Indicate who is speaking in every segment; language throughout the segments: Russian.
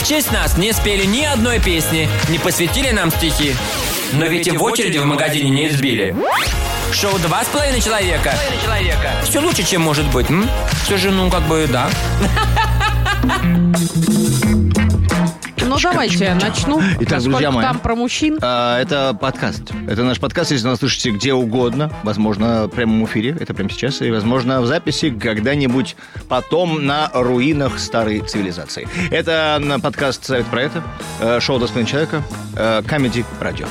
Speaker 1: в честь нас не спели ни одной песни, не посвятили нам стихи. Но ведь и в очереди в магазине не избили. Шоу «Два с половиной человека». Все лучше, чем может быть. м? Все же, ну, как бы, да.
Speaker 2: Ну, давайте я начну.
Speaker 3: Итак,
Speaker 2: поскольку
Speaker 3: друзья мои.
Speaker 2: там про мужчин.
Speaker 3: А, Это подкаст. Это наш подкаст, если нас слышите где угодно. Возможно, в прямом эфире, это прямо сейчас. И, возможно, в записи когда-нибудь потом на руинах старой цивилизации. Это на подкаст «Совет про это», э, шоу «До человека», э, Comedy Radio.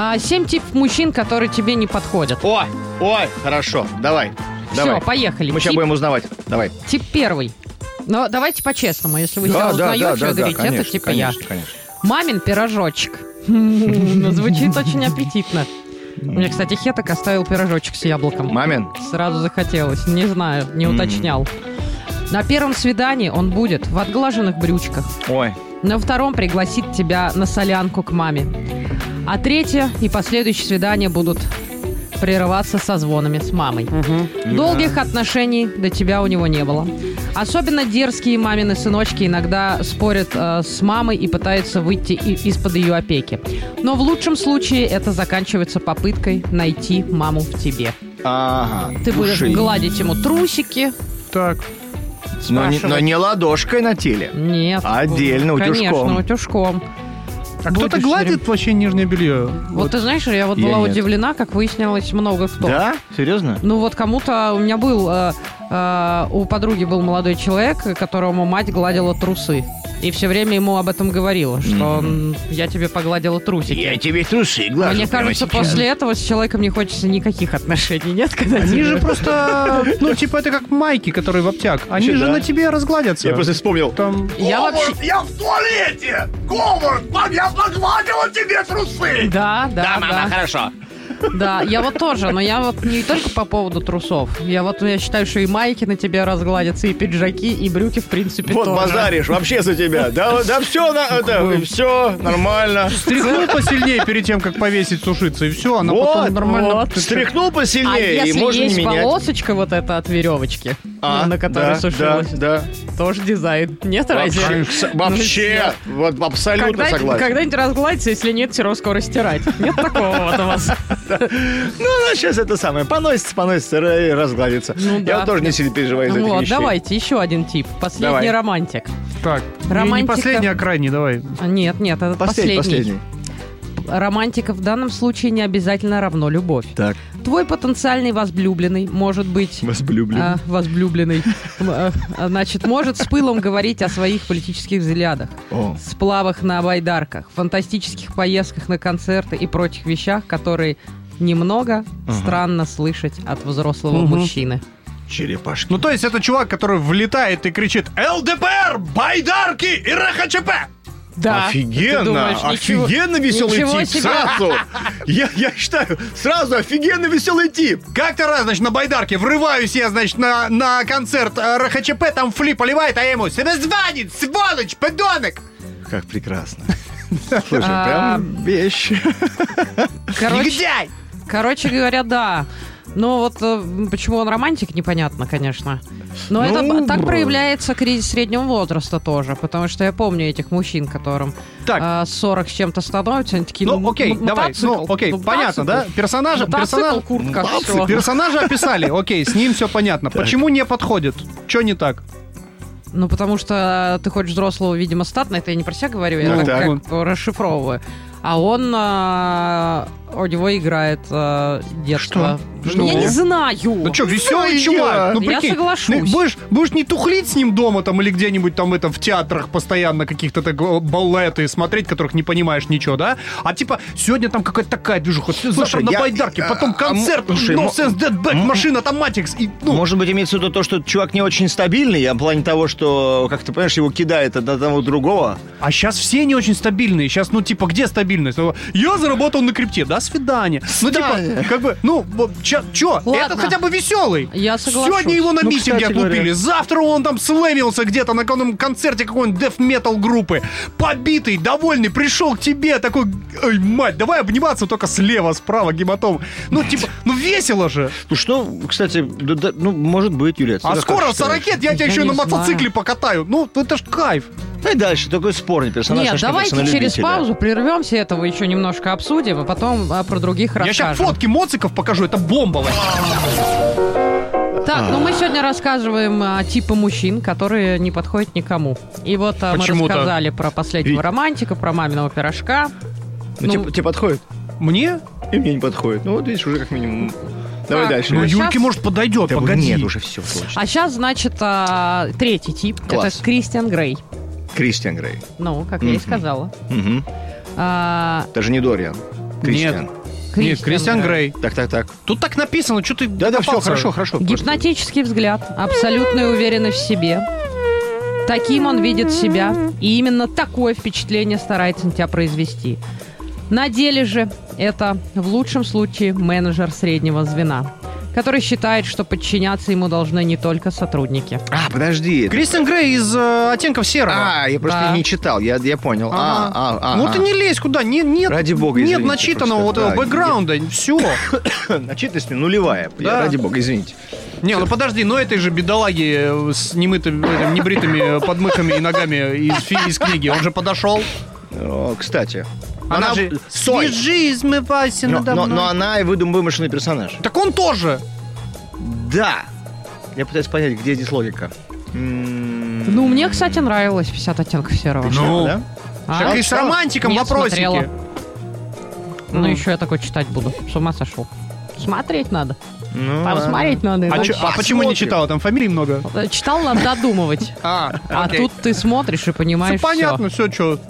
Speaker 2: А, семь типов мужчин, которые тебе не подходят.
Speaker 3: Ой, ой, хорошо, давай, давай.
Speaker 2: Все, поехали.
Speaker 3: Мы сейчас
Speaker 2: Тип-
Speaker 3: будем узнавать. Давай.
Speaker 2: Тип первый. Но давайте по-честному, если вы себя узнаете, говорите, это типа
Speaker 3: конечно,
Speaker 2: я.
Speaker 3: конечно.
Speaker 2: Мамин пирожочек. М, ну, Звучит очень аппетитно. Мне, кстати, Хеток оставил пирожочек с яблоком.
Speaker 3: Мамин?
Speaker 2: Сразу захотелось. Не знаю, не
Speaker 3: Мгм.
Speaker 2: уточнял. На первом свидании он будет в отглаженных брючках.
Speaker 3: Ой,
Speaker 2: На втором пригласит тебя на солянку к маме. А третье и последующие свидания будут прерываться созвонами с мамой. Долгих отношений до тебя у него не было. Особенно дерзкие мамины сыночки иногда спорят э, с мамой и пытаются выйти и- из-под ее опеки. Но в лучшем случае это заканчивается попыткой найти маму в тебе.
Speaker 3: ага.
Speaker 2: Ты будешь
Speaker 3: души.
Speaker 2: гладить ему трусики.
Speaker 4: Так.
Speaker 3: Но не, но
Speaker 2: спрашивать.
Speaker 3: не ладошкой на теле.
Speaker 2: Нет.
Speaker 3: Отдельно, утюжком.
Speaker 2: Конечно, утюжком.
Speaker 4: А кто-то
Speaker 2: Будешь
Speaker 4: гладит
Speaker 2: рем-
Speaker 4: вообще нижнее белье?
Speaker 2: Вот, ты знаешь, я вот
Speaker 3: я
Speaker 2: была
Speaker 3: нет.
Speaker 2: удивлена, как выяснилось много кто.
Speaker 3: Да? Серьезно?
Speaker 2: Ну вот кому-то у меня был, э, э, у подруги был молодой человек, которому мать гладила трусы. И все время ему об этом говорила, что м, я тебе погладила трусики. А
Speaker 3: тебе трусы глажу.
Speaker 2: Мне
Speaker 3: прямо
Speaker 2: кажется,
Speaker 3: сейчас.
Speaker 2: после этого с человеком не хочется никаких отношений, нет? Когда
Speaker 4: Они
Speaker 2: тебе-
Speaker 4: же просто, ну, типа, это как майки, которые в обтяг. Они
Speaker 3: А, Вообще,
Speaker 4: же
Speaker 3: да.
Speaker 4: на тебе разгладятся.
Speaker 3: Я просто вспомнил.
Speaker 4: Там...
Speaker 2: Я вообще...
Speaker 5: Я в туалете! Говард, мам, я погладила тебе трусы!
Speaker 2: Да, да, да.
Speaker 1: хорошо.
Speaker 2: Да, я вот тоже, но я вот не только по поводу трусов. Я вот я считаю, что и майки на тебе разгладятся, и пиджаки, и брюки, в принципе,
Speaker 3: Вот
Speaker 2: тоже.
Speaker 3: базаришь, вообще за тебя. Да, да все, все нормально.
Speaker 4: Стряхнул посильнее перед тем, как повесить, сушиться, и все, она
Speaker 3: Вот,
Speaker 4: потом нормально...
Speaker 3: вот. Стряхнул
Speaker 2: А
Speaker 3: посильнее, и
Speaker 2: если
Speaker 3: можно не
Speaker 2: есть
Speaker 3: менять.
Speaker 2: полосочка вот эта от веревочки,
Speaker 3: А,
Speaker 2: на которой
Speaker 3: да,
Speaker 2: сушилась,
Speaker 3: Да,
Speaker 2: тоже дизайн. Нет
Speaker 3: да.
Speaker 2: разве?
Speaker 3: Вообще, вообще, вот абсолютно
Speaker 2: Когда-
Speaker 3: согласен.
Speaker 2: Когда-нибудь разгладится, если нет, все равно скоро стирать. Нет такого вот у вас.
Speaker 3: Ну, сейчас это самое, поносится, поносится, ра- и разгладится.
Speaker 2: Ну
Speaker 3: Я
Speaker 2: да. Ну
Speaker 3: вот тоже не сильно переживаю за
Speaker 2: Вот,
Speaker 3: этих вещей.
Speaker 2: давайте, еще один тип. Последний
Speaker 3: Давай.
Speaker 2: романтик.
Speaker 4: Так, не- не
Speaker 2: Романтика.
Speaker 4: последний, а крайний, давай.
Speaker 2: А, Нет, нет, это
Speaker 3: Последний,
Speaker 2: последний.
Speaker 3: последний.
Speaker 2: Романтика в данном случае не обязательно равно любовь.
Speaker 3: Так,
Speaker 2: Твой потенциальный возлюбленный может быть...
Speaker 3: возлюблен.
Speaker 2: а, возлюбленный. э, Значит, может с пылом говорить о своих политических взглядах.
Speaker 3: О.
Speaker 2: сплавах на байдарках, фантастических поездках на концерты и прочих вещах, которые немного странно слышать от взрослого мужчины.
Speaker 3: Черепашки.
Speaker 4: Ну, то есть это чувак, который влетает и кричит «ЛДПР! Байдарки! и РХЧП!»
Speaker 2: Да.
Speaker 3: Офигенно,
Speaker 2: Ты думаешь, ничего-
Speaker 3: офигенно веселый
Speaker 2: ничего
Speaker 3: тип,
Speaker 2: себе.
Speaker 3: сразу. Я, я считаю, сразу офигенно веселый тип.
Speaker 4: Как-то раз, значит, на байдарке врываюсь я, значит, на, на концерт э, РХЧП, там флип поливает, а я ему «Себе звонит, сволочь, подонок!»
Speaker 3: Как прекрасно. Слушай,
Speaker 2: А.
Speaker 3: прям вещь.
Speaker 2: Короче,
Speaker 4: Негодяй!
Speaker 2: короче говоря, да. Но вот э, почему он романтик, непонятно, конечно. Но это
Speaker 3: Ну,
Speaker 2: б- так
Speaker 3: бро.
Speaker 2: проявляется кризис среднего возраста тоже. Потому что я помню этих мужчин, которым
Speaker 4: Так.
Speaker 2: э, 40 с чем-то становятся, они такие,
Speaker 4: Ну, окей,
Speaker 2: м-
Speaker 4: давай.
Speaker 2: мотоцикл,
Speaker 4: Ну, окей,
Speaker 2: ну,
Speaker 4: понятно, да?
Speaker 2: мотоцикл,
Speaker 4: Персонажа,
Speaker 2: Мотоцикл,
Speaker 4: персонажа,
Speaker 2: куртка, всё.
Speaker 4: персонажа описали, окей, с ним все понятно. Почему не подходит? Че не так?
Speaker 2: Ну, потому что ты хочешь взрослого, видимо, статного, это я не про себя говорю, я
Speaker 3: Ну,
Speaker 2: так,
Speaker 3: так.
Speaker 2: как расшифровываю. А он, а, у него играет а, детство.
Speaker 4: Что?
Speaker 2: Ну,
Speaker 4: Что?
Speaker 2: Я не знаю.
Speaker 4: Ну что, веселый
Speaker 3: я.
Speaker 4: чувак, ну
Speaker 2: Я
Speaker 4: прикинь.
Speaker 2: соглашусь.
Speaker 4: ну, будешь, будешь не тухлить с ним дома там или где-нибудь там это в театрах постоянно каких-то так э, балеты смотреть, которых не понимаешь ничего, да? А типа сегодня там какая-то такая движуха, завтра на
Speaker 3: я-
Speaker 4: байдарке,
Speaker 3: а,
Speaker 4: потом
Speaker 3: а,
Speaker 4: концерт,
Speaker 3: слушай,
Speaker 4: No
Speaker 3: мо-
Speaker 4: Sense Dead Back, машина там Матикс и ну.
Speaker 3: Может быть, имеется в виду то, что чувак не очень стабильный, а в плане того, что, как ты понимаешь, его кидает от одного другого.
Speaker 4: А сейчас все не очень стабильные. Сейчас, ну, типа, где стабильность? Ну, Я заработал на крипте, до свидания. Ну,
Speaker 3: Свидания.
Speaker 4: типа, как бы, ну, вот ча- чё,
Speaker 2: Ладно.
Speaker 4: этот хотя бы веселый.
Speaker 2: Я соглашусь.
Speaker 4: Сегодня его на
Speaker 3: Ну,
Speaker 4: митинге
Speaker 3: кстати
Speaker 4: отлупили,
Speaker 3: говоря.
Speaker 4: завтра он там слэмился где-то на каком концерте какой-нибудь деф-метал группы. Побитый, довольный, пришел к тебе, такой, ой, мать, давай обниматься только слева, справа, гематом. Ну, типа, ну весело же.
Speaker 3: Слушай, ну, кстати, да- да, ну, может быть, Юлия. ты
Speaker 4: А
Speaker 3: как
Speaker 4: скоро
Speaker 3: считаешь?
Speaker 4: сорокет, я тебя
Speaker 2: Я
Speaker 4: еще и
Speaker 2: не
Speaker 4: на мотоцикле
Speaker 2: знаю.
Speaker 4: покатаю. Ну, это ж кайф.
Speaker 3: Давай дальше, такой спорный персонаж.
Speaker 2: Нет,
Speaker 3: наш
Speaker 2: давайте
Speaker 3: персонаж
Speaker 2: через
Speaker 3: любителя.
Speaker 2: паузу прервемся, этого еще немножко обсудим, а потом а, про других
Speaker 4: Я сейчас
Speaker 2: расскажем.
Speaker 4: фотки моциков покажу, это бомба. вообще.
Speaker 2: Так, ну мы сегодня рассказываем о типа мужчин, которые не подходят никому. И вот а, мы
Speaker 4: Почему-то.
Speaker 2: рассказали про последнего
Speaker 3: Ведь-
Speaker 2: романтика, про маминого пирожка.
Speaker 3: Ну,
Speaker 2: Ну,
Speaker 3: тебе, тебе подходит?
Speaker 4: Мне?
Speaker 3: И мне не подходит. Ну, вот видишь, уже как минимум. Давай
Speaker 2: Так,
Speaker 3: дальше.
Speaker 4: Ну,
Speaker 2: щас-
Speaker 4: Юльке, может, подойдет,
Speaker 3: Да вот
Speaker 4: погоди.
Speaker 3: Нет, уже все, точно.
Speaker 2: А сейчас, значит, а, третий тип.
Speaker 3: Класс.
Speaker 2: Это Кристиан Грей.
Speaker 3: Кристиан Грей.
Speaker 2: Ну, как я и
Speaker 3: Мгм.
Speaker 2: сказала.
Speaker 3: Мгм.
Speaker 2: А,
Speaker 3: Даже не Дориан. Кристиан.
Speaker 4: Нет, Кристиан Грей.
Speaker 3: Так, так, так.
Speaker 4: Тут так написано, что ты
Speaker 3: Да-да, все,
Speaker 4: копался?
Speaker 3: хорошо, хорошо. Просто-
Speaker 2: Гипнотический взгляд, абсолютная уверенность в себе. Таким он видит себя, и именно такое впечатление старается на тебя произвести. На деле же это в лучшем случае менеджер среднего звена, который считает, что подчиняться ему должны не только сотрудники.
Speaker 3: А, подожди.
Speaker 4: Кристиан Грей из э, «Оттенков серого».
Speaker 3: А, я просто
Speaker 2: Да.
Speaker 3: не читал, я, я понял. А, а, а,
Speaker 4: ну
Speaker 3: а.
Speaker 4: ты не лезь куда, не- нет,
Speaker 3: Ради бога,
Speaker 4: нет
Speaker 3: извините,
Speaker 4: начитанного вот
Speaker 3: просто,
Speaker 4: этого
Speaker 3: да,
Speaker 4: бэкграунда, все.
Speaker 3: Начитанность нулевая. Я,
Speaker 4: Да.
Speaker 3: ради бога, извините.
Speaker 4: Не, ну подожди, но этой же бедолаги э, с немытыми, этим, небритыми э, подмыхами и ногами из, фи- из книги, он же подошел.
Speaker 3: О, кстати.
Speaker 4: Она,
Speaker 3: же-
Speaker 4: же
Speaker 3: Стой!
Speaker 4: «Слежи, измывайся
Speaker 3: Но,
Speaker 4: надо
Speaker 3: но-
Speaker 4: мной».
Speaker 3: но она и выдум вымышленный персонаж.
Speaker 4: Так он тоже.
Speaker 3: Да. Я пытаюсь понять, где здесь логика. М,
Speaker 2: Ну, мне, кстати, нравилось 50 оттенков серого.
Speaker 4: Ну.
Speaker 3: да?
Speaker 2: А?
Speaker 4: Так и с романтиком
Speaker 2: Нет,
Speaker 4: вопросики.
Speaker 2: смотрела. Ну,
Speaker 4: Ну.
Speaker 2: еще я такое читать буду. С ума сошел. Смотреть надо.
Speaker 3: Ну, ладно.
Speaker 2: Посмотреть надо.
Speaker 4: А,
Speaker 2: иначе-
Speaker 4: чё- а почему не читала? Там фамилий много.
Speaker 2: Читал, надо додумывать.
Speaker 4: А,
Speaker 2: А тут ты смотришь и понимаешь
Speaker 4: понятно, все, что.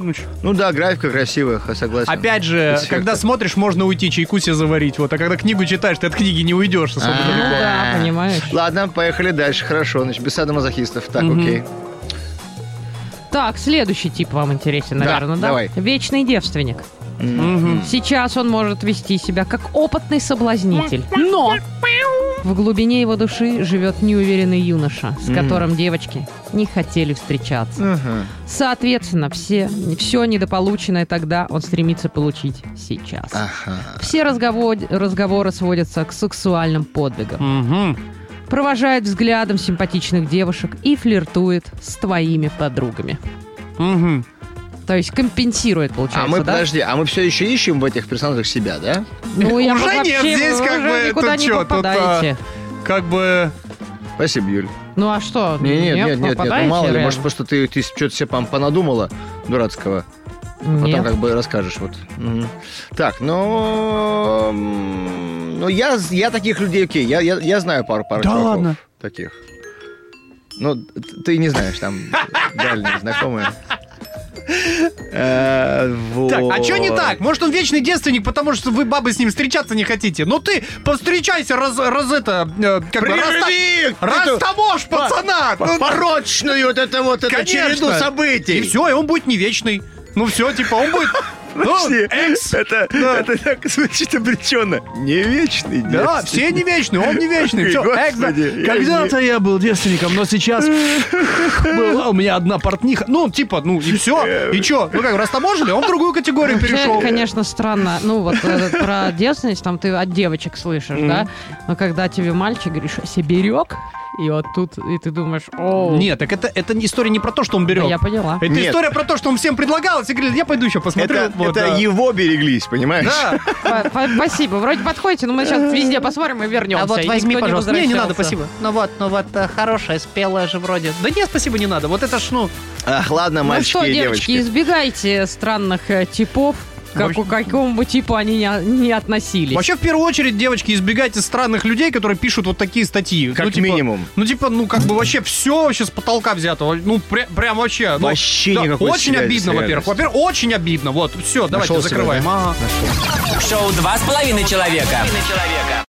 Speaker 3: Ну да, графика красивая, я согласен.
Speaker 4: Опять же,
Speaker 3: Эффекты.
Speaker 4: когда смотришь, можно уйти, чайку себе заварить. Вот, а когда книгу читаешь, ты от книги не уйдешь особо
Speaker 3: А.
Speaker 2: всё. Ну
Speaker 4: далеко.
Speaker 2: да, понимаешь.
Speaker 3: Ладно, поехали дальше. Хорошо, значит, без садомазохистов. Так,
Speaker 4: Мгм.
Speaker 3: окей.
Speaker 2: Так, следующий тип вам интересен,
Speaker 3: Да,
Speaker 2: наверное, да?
Speaker 3: давай.
Speaker 2: Вечный девственник.
Speaker 4: Мгм.
Speaker 2: Сейчас он может вести себя как опытный соблазнитель, но в глубине его души живет неуверенный юноша, с которым девочки не хотели встречаться.
Speaker 3: Ага.
Speaker 2: Соответственно, все, все недополученное тогда он стремится получить сейчас.
Speaker 4: А.
Speaker 3: Ага.
Speaker 2: Все разговор- разговоры сводятся к сексуальным подвигам.
Speaker 4: Мгм.
Speaker 2: провожает взглядом симпатичных девушек и флиртует с твоими подругами.
Speaker 4: Мгм.
Speaker 2: То есть компенсирует, получается,
Speaker 3: А мы,
Speaker 2: да?
Speaker 3: подожди, а мы все еще ищем в этих персонажах себя, да?
Speaker 2: Ну, я
Speaker 4: Уже
Speaker 2: вот
Speaker 4: нет,
Speaker 2: вообще,
Speaker 4: здесь
Speaker 2: вы
Speaker 4: как
Speaker 2: уже
Speaker 4: бы
Speaker 2: никуда
Speaker 4: тут
Speaker 2: не
Speaker 4: чё, тут, а,
Speaker 2: попадаете.
Speaker 4: Как бы.
Speaker 3: Спасибо, Юль.
Speaker 2: Ну, а что?
Speaker 3: Не, нет, нет, нет, нет, ну,
Speaker 2: попадаете
Speaker 3: мало ли,
Speaker 2: реально?
Speaker 3: может, просто ты, ты что-то себе пом- понадумала дурацкого,
Speaker 2: Нет.
Speaker 3: потом как бы расскажешь, вот. Мгм. Так, ну, м, ну, я, з- я таких людей, окей, я, я, я знаю пару, пару
Speaker 4: Да
Speaker 3: чуваков
Speaker 4: ладно?
Speaker 3: таких. Ну, т- ты не знаешь, там дальние знакомые. Э,
Speaker 4: Так, а что не
Speaker 3: вот.
Speaker 4: так? Может, он вечный девственник, потому что вы, бабы, с ним встречаться не хотите. Ну ты повстречайся, раз, раз это. э, как бы
Speaker 3: Прерви
Speaker 4: расста- Растаможь, пацана! Ну,
Speaker 3: Порочную вот это вот эту
Speaker 4: Конечно.
Speaker 3: череду событий.
Speaker 4: И все, и он будет не вечный. Ну все, типа, он будет... Ну, экс.
Speaker 3: это, это так звучит обреченно. Не вечный
Speaker 4: Да, все не вечные, он не вечный. Всё,
Speaker 3: Господи,
Speaker 4: экс, да.
Speaker 3: я
Speaker 4: Когда-то я был девственником, но сейчас была у меня одна портниха. Ну, типа, ну и
Speaker 3: Э,
Speaker 4: все. И чё? Ну как, растаможили, он в другую категорию
Speaker 2: Вообще,
Speaker 4: перешел.
Speaker 2: конечно, странно. Ну, вот э, про девственность там ты от девочек слышишь, да? Но когда тебе мальчик, говоришь, сибирек, и вот тут, и ты думаешь, о,
Speaker 4: Нет, так это, это история не про то, что он
Speaker 2: я
Speaker 4: берет.
Speaker 2: поняла.
Speaker 4: Это
Speaker 3: Нет.
Speaker 4: история про то, что он всем предлагал, и говорит, я пойду еще посмотрю.
Speaker 3: Это,
Speaker 4: Вот,
Speaker 3: это
Speaker 4: да.
Speaker 3: его береглись, понимаешь?
Speaker 4: Да.
Speaker 2: П- п- Спасибо. Вроде подходите, но мы сейчас везде посмотрим и вернемся.
Speaker 4: А вот
Speaker 2: И
Speaker 4: возьми,
Speaker 2: никто
Speaker 4: пожалуйста. Не, не надо,
Speaker 2: возвращался.
Speaker 4: спасибо. Ну вот, ну вот, э, хорошая, спелая же вроде. Да нет, спасибо, не надо. Вот это ж, ну...
Speaker 3: Ах, ладно,
Speaker 2: Ну
Speaker 3: мальчики
Speaker 2: что,
Speaker 3: и
Speaker 2: девочки,
Speaker 3: девочки.
Speaker 2: избегайте странных э, типов, как
Speaker 4: Вообще-
Speaker 2: у какому бы типу они не, о- не относились.
Speaker 4: Вообще, в первую очередь, девочки, избегайте странных людей, которые пишут вот такие статьи.
Speaker 3: Как
Speaker 4: ну, типа,
Speaker 3: минимум.
Speaker 4: Ну, типа, ну, как бы вообще все вообще с потолка взято. Ну, пря- прям вообще. ну,
Speaker 3: Вообще
Speaker 4: да,
Speaker 3: никакой
Speaker 4: Очень
Speaker 3: связи с
Speaker 4: обидно, во-первых.
Speaker 3: реальностью.
Speaker 4: Во-первых, очень обидно. Вот, все, давайте
Speaker 3: Нашел себя,
Speaker 4: закрываем.
Speaker 3: да?
Speaker 4: Ага.
Speaker 1: Шоу «Два с половиной человека».